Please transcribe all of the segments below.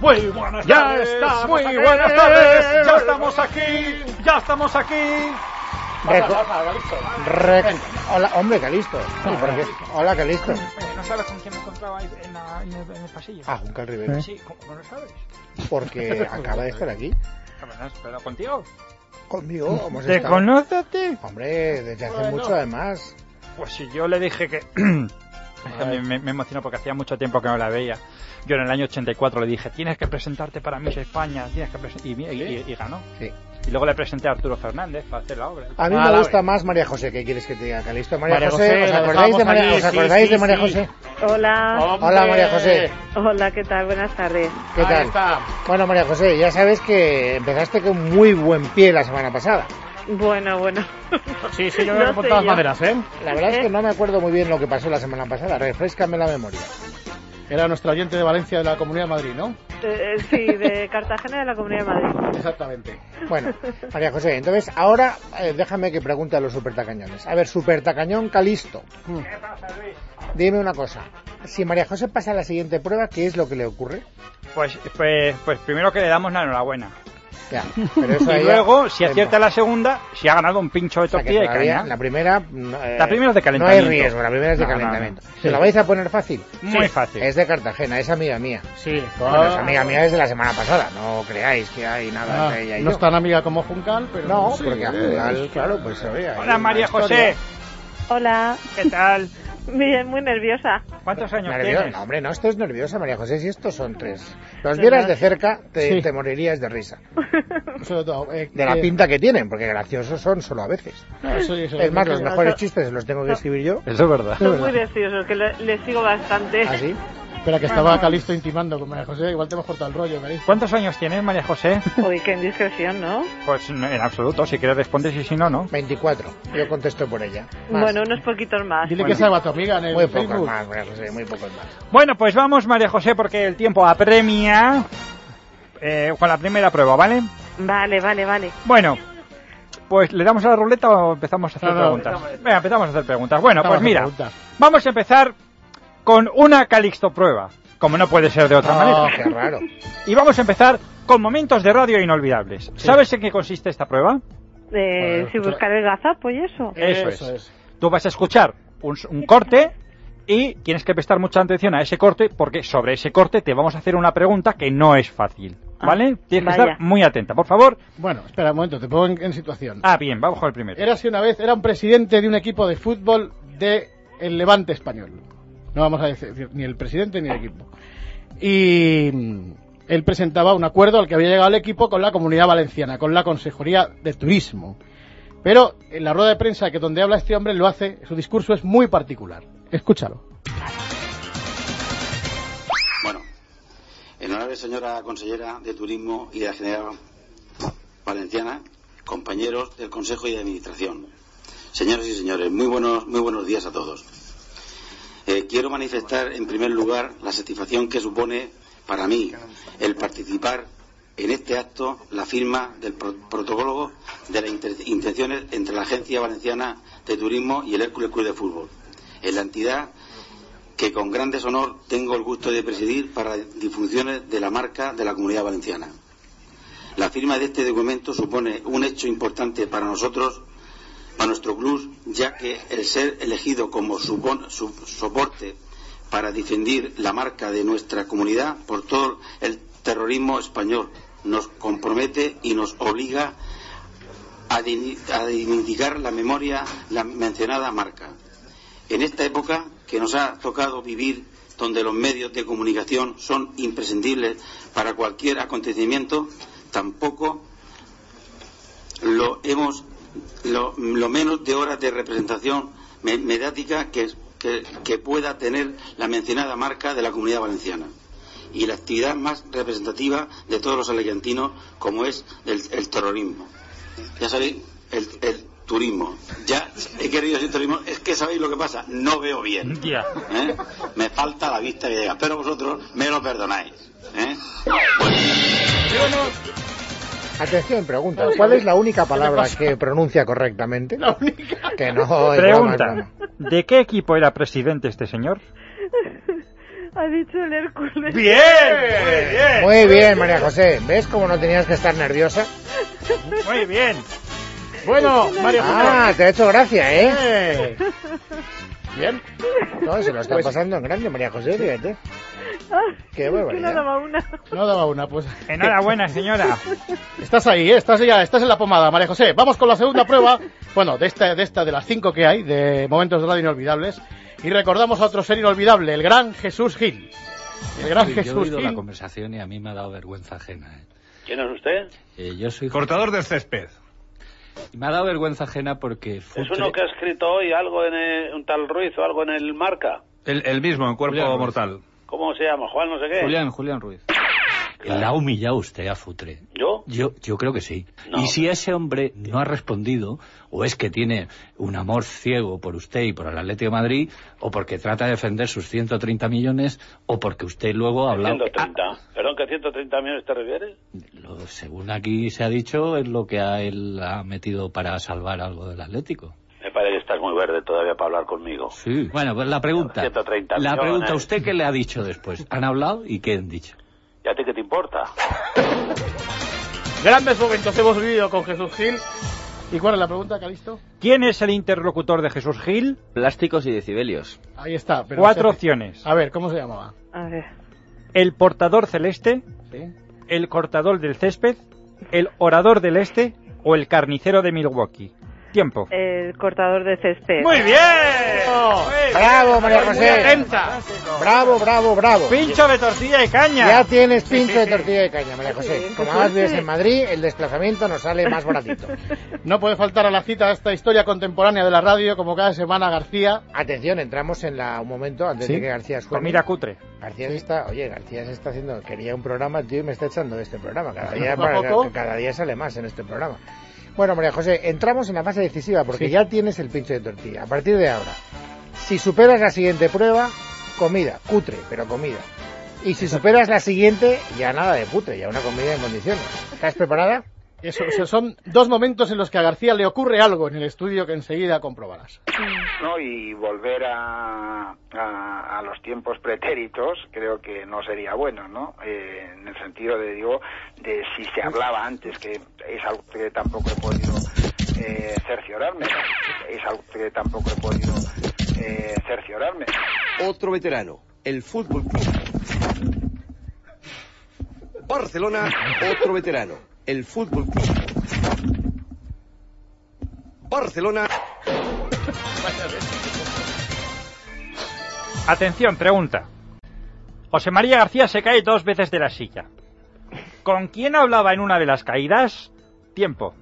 Muy buenas Ya tardes. estamos muy aquí. buenas tardes. Ya estamos aquí. Ya estamos aquí. Reco- Pasa, pasa, Calixto. Re- hola, hombre, qué listo. No, porque- hola, qué listo. Oye, ¿No sabes con quién me encontraba ahí en, la- en el, en el pasillo? Ah, Juncal ¿Eh? Rivera. Sí, ¿cómo cómo lo sabes? Porque acaba de estar aquí. Pero no, pero contigo. Conmigo hemos ¿Te estado- conoce a ti? Hombre, desde hace Bueno. mucho además. Pues si yo le dije que... Es que me, me- me emociono porque hacía mucho tiempo que no la veía. Yo en el año 84 le dije, tienes que presentarte para Miss España, tienes que presen-". y, mira, y, y- y ganó. Sí. Y luego le presenté a Arturo Fernández para hacer la obra. A mí Ah, me la gusta más María José. ¿Qué quieres que te diga, Calisto? María, María José, José, ¿os la acordáis de dejamos María, ahí, ¿os sí, acordáis sí, de María sí. José? Hola, ¡Hombre! Hola, María José. hola, ¿qué tal? Buenas tardes. ¿Qué Ahí tal? está. Bueno, María José, ya sabes que empezaste con muy buen pie la semana pasada. Bueno, bueno. Sí, sí, yo No creo que por sé todas yo. maneras, ¿eh? La verdad es que no me acuerdo muy bien lo que pasó la semana pasada. Refrescame la memoria. Era nuestro oyente de Valencia de la Comunidad de Madrid, ¿no? Eh, eh, sí, de Cartagena de la Comunidad de Madrid. Exactamente. Bueno, María José, entonces ahora eh, déjame que pregunte a los supertacañones. A ver, supertacañón Calisto. Dime una cosa. Si María José pasa a la siguiente prueba, ¿qué es lo que le ocurre? Pues, pues, pues primero que le damos la enhorabuena. Ya, pero eso ahí Y ya- luego, si Venga. acierta la segunda, si ha ganado un pincho de O sea, que tortilla de todavía caña. La primera... no, eh, La primera es de calentamiento. No hay riesgo, la primera es de No, no, no. calentamiento. Sí. ¿Se la vais a poner fácil? Muy Sí. fácil. Ah. Es de Cartagena, es amiga mía. Sí. Bueno, es amiga mía desde la semana pasada. No creáis que hay nada Ah, entre ella y no yo. es tan amiga como Juncal, pero... No, sí, porque al eh, final, claro, pues se ve. ahí Hola una María historia. José, Hola, ¿qué tal? bien, muy nerviosa. ¿Cuántos años Nerviosa, tienes? No, hombre, no estés nerviosa, María José, si estos son tres. Los ¿Verdad? vieras de cerca, te, Sí. te morirías de risa. sobre todo, eh, De la que- pinta que tienen, porque graciosos son solo a veces. No, sí, sí, Es más, sí, los sí. mejores no. chistes los tengo que escribir yo. Eso es verdad. Son muy graciosos, que le, les sigo bastante. Así. Espera, que estaba Calisto intimando con María José. Igual te hemos cortado el rollo, Calisto. ¿Cuántos años tienes María José? Uy, qué indiscreción, ¿no? Pues no, en absoluto, si quieres respondes y si no, no. 24. Yo contesto por ella. Más. Bueno, unos poquitos más. Dile que salva a tu amiga en el muy pocos Facebook. más, María José, muy pocos más. Bueno, pues vamos María José porque el tiempo apremia eh, con la primera prueba, ¿vale? Vale, vale, vale. Bueno, pues le damos a la ruleta o empezamos a hacer No, no, preguntas. Venga, empezamos a hacer preguntas. Bueno, Estaba pues mira, haciendo preguntas. vamos a empezar con una Calixto prueba, como no puede ser de otra Ah, manera. Oh, qué raro. Y vamos a empezar con momentos de radio inolvidables. ¿Sabes en qué consiste esta prueba? Eh, Joder, si otra- buscar el gazapo y eso. Eso pues. es. Tú vas a escuchar un, s- un corte y tienes que prestar mucha atención a ese corte porque sobre ese corte te vamos a hacer una pregunta que no es fácil. ¿Vale? Ah, tienes que vaya. estar muy atenta, por favor. Bueno, espera un momento, te pongo en, en situación. Ah, bien, vamos con el primero. Era una vez, era un presidente de un equipo de fútbol de el Levante español. No vamos a decir ni el presidente ni el equipo. Y mm, él presentaba un acuerdo al que había llegado el equipo con la comunidad valenciana, con la Consejería de Turismo. Pero en la rueda de prensa que donde habla este hombre lo hace, su discurso es muy particular. Escúchalo. Bueno, en honor de señora consellera de Turismo y de la General Valenciana, compañeros del Consejo y de Administración, señoras y señores, muy buenos, muy buenos días a todos. Eh, quiero manifestar en primer lugar la satisfacción que supone para mí el participar en este acto la firma del pro- protocolo de las inter- intenciones entre la Agencia Valenciana de Turismo y el Hércules Club de Fútbol. En la entidad que con gran deshonor tengo el gusto de presidir para difusiones de la marca de la Comunidad Valenciana. La firma de este documento supone un hecho importante para nosotros, para nuestro club, ya que el ser elegido como supon- su- soporte para defender la marca de nuestra comunidad por todo el terrorismo español nos compromete y nos obliga a, di- a dignificar la memoria, la mencionada marca. En esta época que nos ha tocado vivir, donde los medios de comunicación son imprescindibles para cualquier acontecimiento, tampoco lo hemos lo, lo menos de horas de representación me- mediática que, que- que pueda tener la mencionada marca de la comunidad valenciana y la actividad más representativa de todos los alicantinos como es el, el terrorismo ya sabéis, el, el turismo. Ya he querido decir turismo, es que sabéis lo que pasa, no veo bien. Ya. ¿eh? Me falta la vista que llega, pero vosotros me lo perdonáis. ¿eh? Atención, pregunta. ¿Cuál es la única palabra que pronuncia correctamente? La única. Que no es broma, es Pregunta, broma. ¿de qué equipo era presidente este señor? Ha dicho el Hércules. ¡Bien! ¡Muy bien! Muy bien, María José. ¿Ves cómo no tenías que estar nerviosa? Muy bien. Bueno, María Ah, te ha hecho gracia, ¿eh? José. Bien. No, se lo está pasando en grande, María José, fíjate. Qué Es que barbaridad. no daba una. No daba una, pues. Enhorabuena, señora. Estás ahí, ¿eh? estás ya, estás en la pomada, María José. Vamos con la segunda prueba. Bueno, de esta, de esta, de las cinco que hay, de momentos de radio inolvidables. Y recordamos a otro ser inolvidable, el gran Jesús Gil. El gran Uy, yo he Jesús oído la Gil. conversación y a mí me ha dado vergüenza ajena. ¿eh? ¿Quién es usted? Eh, yo soy Cortador del césped. me ha dado vergüenza ajena porque ¿Es futre- uno que ha escrito hoy algo en el- un tal Ruiz o algo en el Marca? El, el mismo, en cuerpo Julián Ruiz. mortal. ¿Cómo se llama? Juan no sé qué. Julián, Julián Ruiz. La ha humillado usted a Futre. ¿Yo? Yo, yo creo que sí. No. Y si ese hombre no ha respondido, o es que tiene un amor ciego por usted y por el Atlético de Madrid, o porque trata de defender sus 130 millones, o porque usted luego ha hablado... 130. ¿Perdón, que 130 millones te refieres? Ah, lo- según aquí se ha dicho, es lo que a él ha metido para salvar algo del Atlético. Me parece que estás muy verde todavía para hablar conmigo. Sí. Bueno, pues la pregunta. 130 la millones. pregunta, ¿usted qué le ha dicho después? ¿Han hablado y qué han dicho? ¿Y a ti qué te importa? Grandes momentos hemos vivido con Jesús Gil. ¿Y cuál es la pregunta, Calisto? ¿Quién es el interlocutor de Jesús Gil? Plásticos y decibelios. Ahí está. pero Cuatro se hace- opciones. Ah. A ver, ¿cómo se llamaba? A ver. El portador celeste, ¿Sí? el cortador del césped, el orador del este o el carnicero de Milwaukee. Tiempo. El cortador de césped. Muy bien. Bravo, María José. Atenta. Bravo, bravo, bravo. Pincho de tortilla y caña. Ya tienes pincho de tortilla de caña, María José. Sí, Como sí, más vives sí. en Madrid, el desplazamiento nos sale más baratito. No puede faltar a la cita esta historia contemporánea de la radio, como cada semana García. Atención, entramos en la, un momento antes ¿Sí? de que García suene. Comida cutre. García se está, oye, García se está haciendo, quería un programa, tío, y me está echando de este programa. Cada día, Poco a para- poco. cada día sale más en este programa. Bueno, María José, entramos en la fase decisiva porque Sí. ya tienes el pincho de tortilla. A partir de ahora, si superas la siguiente prueba, comida, cutre, pero comida. Y si superas la siguiente, ya nada de putre, ya una comida en condiciones. ¿Estás preparada? Eso, o sea, son dos momentos en los que a García le ocurre algo en el estudio que enseguida comprobarás. ¿no? y volver a, a- a los tiempos pretéritos creo que no sería bueno, ¿no? Eh, en el sentido de, digo, de si se hablaba antes, que es algo que tampoco he podido eh, cerciorarme, es algo que tampoco he podido eh, cerciorarme. Otro veterano, el Fútbol Club. Barcelona, otro veterano, el Fútbol Club. Barcelona. Atención, pregunta. José María García se cae dos veces de la silla. ¿Con quién hablaba en una de las caídas? Tiempo.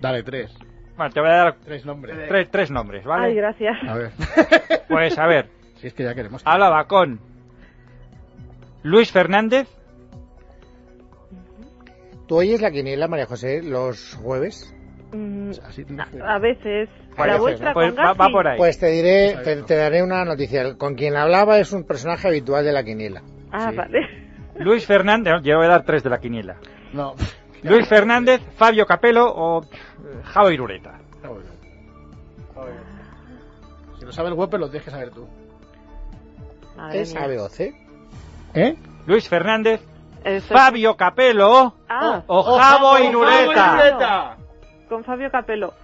Dale, tres. Bueno, te voy a dar Tres nombres. tres, tres nombres, Ay, ¿vale? gracias. A ver. Pues a ver, si es que ya queremos. hablaba con Luis Fernández, ¿Tú oyes la quiniela, María José, los jueves? Mm, Así- a veces. Parece, La ¿no? vuestra pues con va, va Gassi. por ahí. Pues te diré, te, te daré una noticia. Con quien hablaba es un personaje habitual de la quiniela. Ah, Sí. vale. Luis Fernández, no, yo voy a dar tres de la quiniela. No. Luis Fernández, Fabio Capello o eh, Jao Irureta. No, bueno. Si lo sabe el web, lo tienes que saber tú. Madre ¿Es mía. ABOC? ¿Eh? Luis Fernández, Eso- Fabio oh, Capello Ah, o Javo Irureta. con Fabio Capello.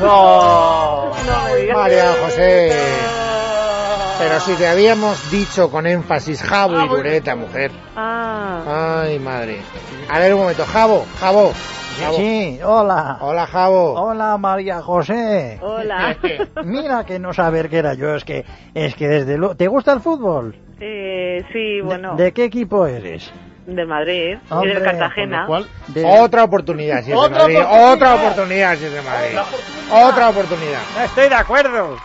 No. No me digas. Ah. María José. Pero si te habíamos dicho con énfasis Jabo y Dureta, mujer. Ah, Ay, madre. A ver un momento, Jabo, Jabo. Jabo. Sí, hola. Hola, Jabo. Hola María José. hola. Mira que no saber qué era yo, es que es que desde luego... ¿Te gusta el fútbol? eh, sí, bueno, ¿De qué equipo eres? del Madrid y Hombre, del Cartagena. Lo cual, De- Otra oportunidad, si es de Otra Madrid. oportunidad. Otra oportunidad, si es de Madrid. Otra oportunidad. Estoy de acuerdo.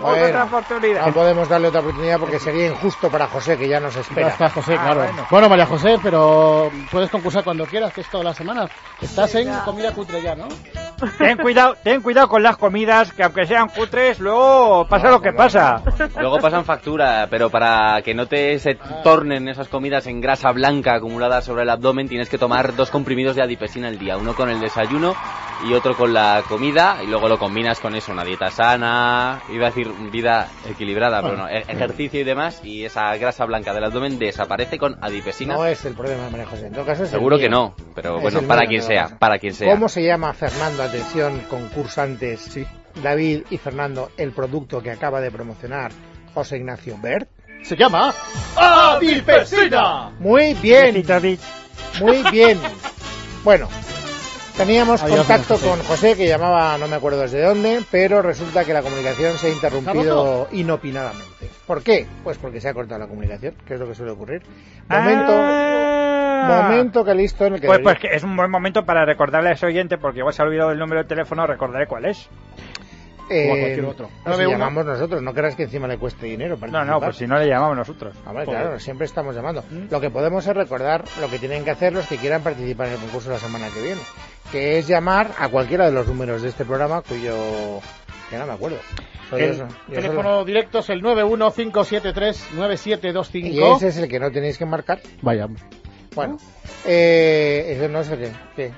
Bueno, Otra oportunidad. No podemos darle otra oportunidad porque sería injusto para José, que ya nos ya espera. está, José, Ah, claro. bueno. Bueno. María José, pero puedes concursar cuando quieras, que es todas las semanas. Estás en comida cutre ya, ¿no? Ten cuidado, ten cuidado con las comidas, que aunque sean cutres, luego pasa lo que pasa. Luego pasan factura, pero para que no te se tornen esas comidas en grasa blanca acumulada sobre el abdomen, tienes que tomar dos comprimidos de adipesina al día, uno con el desayuno y otro con la comida, y luego lo combinas con eso, una dieta sana, iba a decir vida equilibrada, pero no, e- ejercicio y demás, y esa grasa blanca del abdomen desaparece con adipesina. No es el problema de María José. En todo caso es el Seguro mío. que no, pero Es bueno, el para mío, quien no. sea, para quien sea. ¿Cómo se llama Fernando? Atención, concursantes. David y Fernando, el producto que acaba de promocionar José Ignacio Bert. Se llama Adipesina. Muy bien. Muy bien. Bueno, teníamos Adiós, contacto José. con José que llamaba no me acuerdo desde dónde, pero resulta que la comunicación se ha interrumpido inopinadamente. ¿Por qué? Pues porque se ha cortado la comunicación, que es lo que suele ocurrir. Ah. Momento, momento Calisto en el que Ah. Pues, debería- pues que es un buen momento para recordarle a ese oyente, porque igual se ha olvidado el número de teléfono, recordaré cuál es. Eh, O a cualquier otro. pues Nueve si uno. llamamos nosotros, no creas que encima le cueste dinero. No, no, Mm. pues si no le llamamos nosotros. Hombre, Joder. claro, siempre estamos llamando. Lo que podemos es recordar lo que tienen que hacer los que quieran participar en el concurso la semana que viene, que es llamar a cualquiera de los números de este programa cuyo... que no me acuerdo. Soy yo El so- yo teléfono solo. directo es el 915739725. Y ese es el que no tenéis que marcar. Vaya. Bueno, eh, eso no es el que... ¿qué?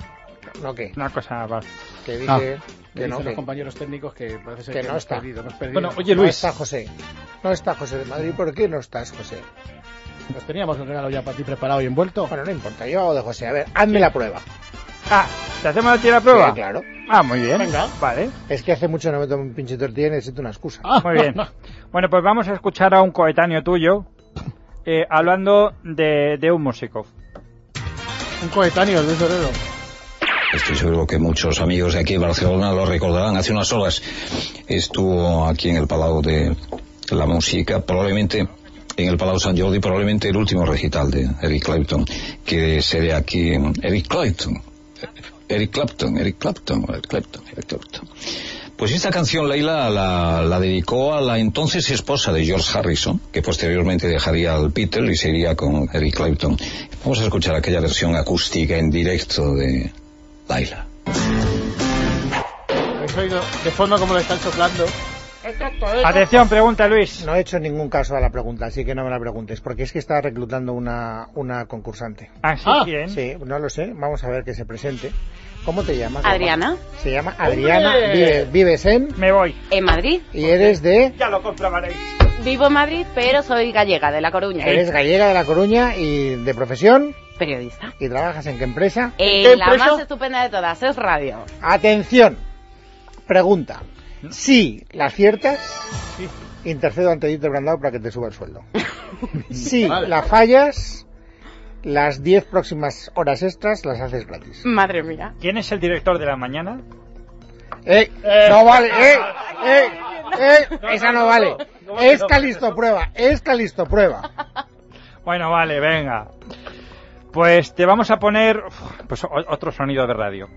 No, ¿qué? Una cosa más. Que Ah. dice... que Dicen no, los que- compañeros técnicos que parece ser que que, no hemos está. perdido, hemos perdido. Bueno, oye, No está José. No está José de Madrid. ¿Por qué no estás, José? Nos teníamos el regalo ya para ti preparado y envuelto. Bueno, no importa, yo hago de José. A ver, hazme la prueba. Ah, ¿te hacemos a ti la prueba? Sí, claro. Ah, muy bien. Venga. Vale. Es que hace mucho no me tomo un pinche tortilla y necesito una excusa. Ah, Muy bien. Bueno, pues vamos a escuchar a un coetáneo tuyo eh, hablando de, de un músico. Un coetáneo, Luis Orero. Estoy seguro que muchos amigos de aquí de Barcelona lo recordarán. Hace unas horas estuvo aquí en el Palau de la Música, probablemente en el Palau San Jordi, probablemente el último recital de Eric Clapton, que sería aquí en Eric Clapton. Eric Clapton, Eric Clapton, Eric Clapton, Eric Clapton. Pues esta canción Leila la, la dedicó a la entonces esposa de George Harrison, que posteriormente dejaría al Peter y se iría con Eric Clapton. Vamos a escuchar aquella versión acústica en directo de Laila. Habéis oído de fondo como lo están soplando. Atención, pregunta Luis. No he hecho ningún caso a la pregunta, así que no me la preguntes, porque es que estaba reclutando una, una concursante. ¿Ah, sí? ¿Quién? Sí, no lo sé. Vamos a ver que se presente. ¿Cómo te llamas? Adriana. Se llama Adriana. ¡Hombre! vive- vives en. Me voy. En Madrid. Y eres de. Ya lo comprobaréis. Vivo en Madrid, pero soy gallega, de La Coruña. Eres gallega de La Coruña y de profesión. Periodista. ¿Y trabajas en qué empresa? Eh, la más estupenda de todas, es radio. Atención. Pregunta. Si la aciertas, intercedo ante Dieter Brandao para que te suba el sueldo. Si Vale. la fallas, las 10 próximas horas extras las haces gratis. Madre mía. ¿Quién es el director de la mañana? ¡Eh! ¡No vale! ¡Eh! ¡Eh! ¡Eh! Esa no vale. no, Es no. Calisto Prueba. Es Calisto Prueba. Bueno, vale, venga. Pues te vamos a poner uf, pues, o- otro sonido de radio.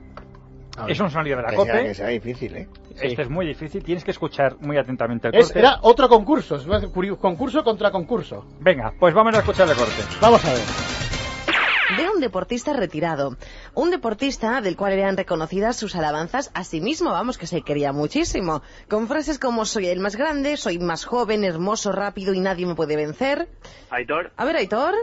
Es un sonido de la Que COPE. sea- Pues que sea difícil, ¿eh? Este es muy difícil, tienes que escuchar muy atentamente el Es, corte. era otro concurso, es más, curio- concurso contra concurso. Venga, pues vamos a escuchar el corte. Vamos a ver. de un deportista retirado. Un deportista del cual eran reconocidas sus alabanzas a sí mismo, vamos, que se quería muchísimo. Con frases como soy el más grande, soy más joven, hermoso, rápido y nadie me puede vencer. Aitor, A ver, Aitor.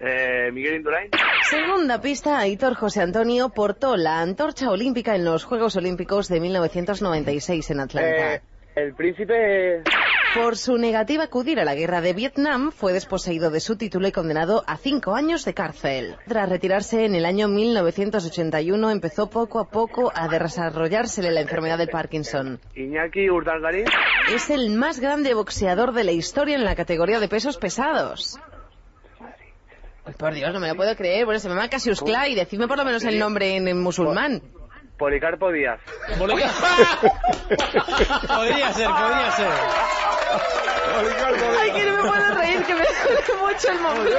eh, Miguel Indurain. Segunda pista, Aitor José Antonio portó la antorcha olímpica en los Juegos Olímpicos de 1996 en Atlanta. Eh, el príncipe. Por su negativa a acudir a la guerra de Vietnam, fue desposeído de su título y condenado a cinco años de cárcel. Tras retirarse en el año 1981, empezó poco a poco a desarrollársele la enfermedad del Parkinson. Iñaki Urdangarín. Es el más grande boxeador de la historia en la categoría de pesos pesados. Ay, Pues por Dios, no me lo puedo creer. Bueno, se llama Cassius Clay. Decidme por lo menos el nombre en, en musulmán. Policarpo Díaz. podría ser, podría ser. Ay, que no me puedo reír, que me duele mucho el momento.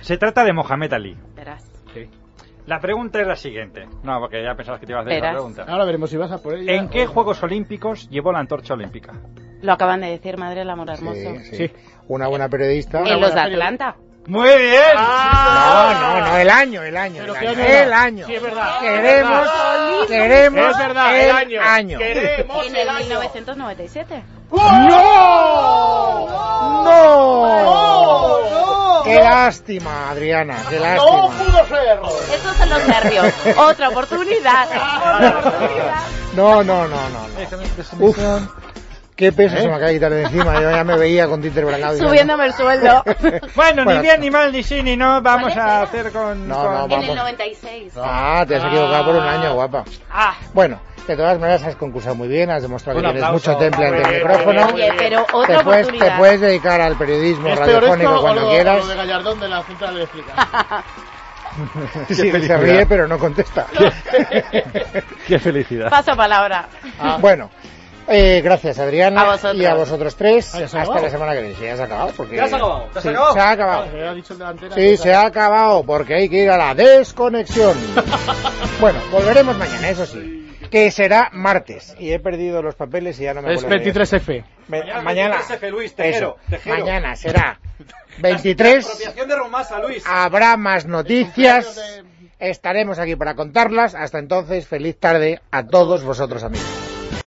Se trata de Mohamed Ali. Verás. La pregunta es la siguiente. No, porque ya pensabas que te ibas a hacer la Verás. pregunta. Ahora veremos si vas a por ella. ¿En qué o- Juegos Olímpicos llevó la antorcha olímpica? Lo acaban de decir, madre del amor hermoso. Sí, sí. Una buena periodista. En los de Atlanta. Muy bien. No, no, no, el año, el año. El año, el año. Sí, es verdad. Queremos, Es verdad. queremos Es verdad, el el año. año. Queremos En el el año. 1997. ¡No! ¡No! ¡Qué lástima, Adriana! ¡Qué lástima! pudo ser! Eso son los nervios. Otra Ah, oportunidad. No, no, no, no. no. Uf, qué peso ¿Eh? se me acaba de quitar de encima. Yo ya me veía con títer bragado. y ya no. Subiéndome el sueldo. Bueno, Bueno, ni bien, ni mal, ni sí, ni no. Vamos a hacer con. No, con- no, En el vamos. 96. Ah, te has equivocado por un año, guapa. Ah. Bueno, de todas maneras has concursado muy bien, has demostrado Un que tienes aplauso. mucho temple ante el Muy bien, micrófono. muy bien, muy bien. Oye, pero te otra puedes, oportunidad. te puedes dedicar al periodismo ¿Es peor esto radiofónico o cuando lo, quieras. o lo de Gallardón de la central eléctrica? Sí, se felicidad. ríe pero no contesta. Qué felicidad. Paso palabra. Ah. Bueno, eh, gracias Adriana A vosotros. y a vosotros tres. Ah, ¿ya se ha Hasta acabado? la semana que viene. Sí, Ya se ha acabado. Porque... Ya se ha acabado. Sí, Se ha acabado. Vale, ya ha dicho el delantero. Sí, se ha acabado porque hay que ir a la desconexión. bueno, volveremos mañana, eso sí. Que será martes. Y he perdido los papeles y ya no me Es acuerdo de ellos. 23F. Ve- Mañana. 23F, Luis, Eso. tejero, tejero. Mañana será La 23. apropiación de Romasa, Luis. Habrá más noticias. Estaremos aquí para contarlas. Hasta entonces, feliz tarde a todos vosotros amigos.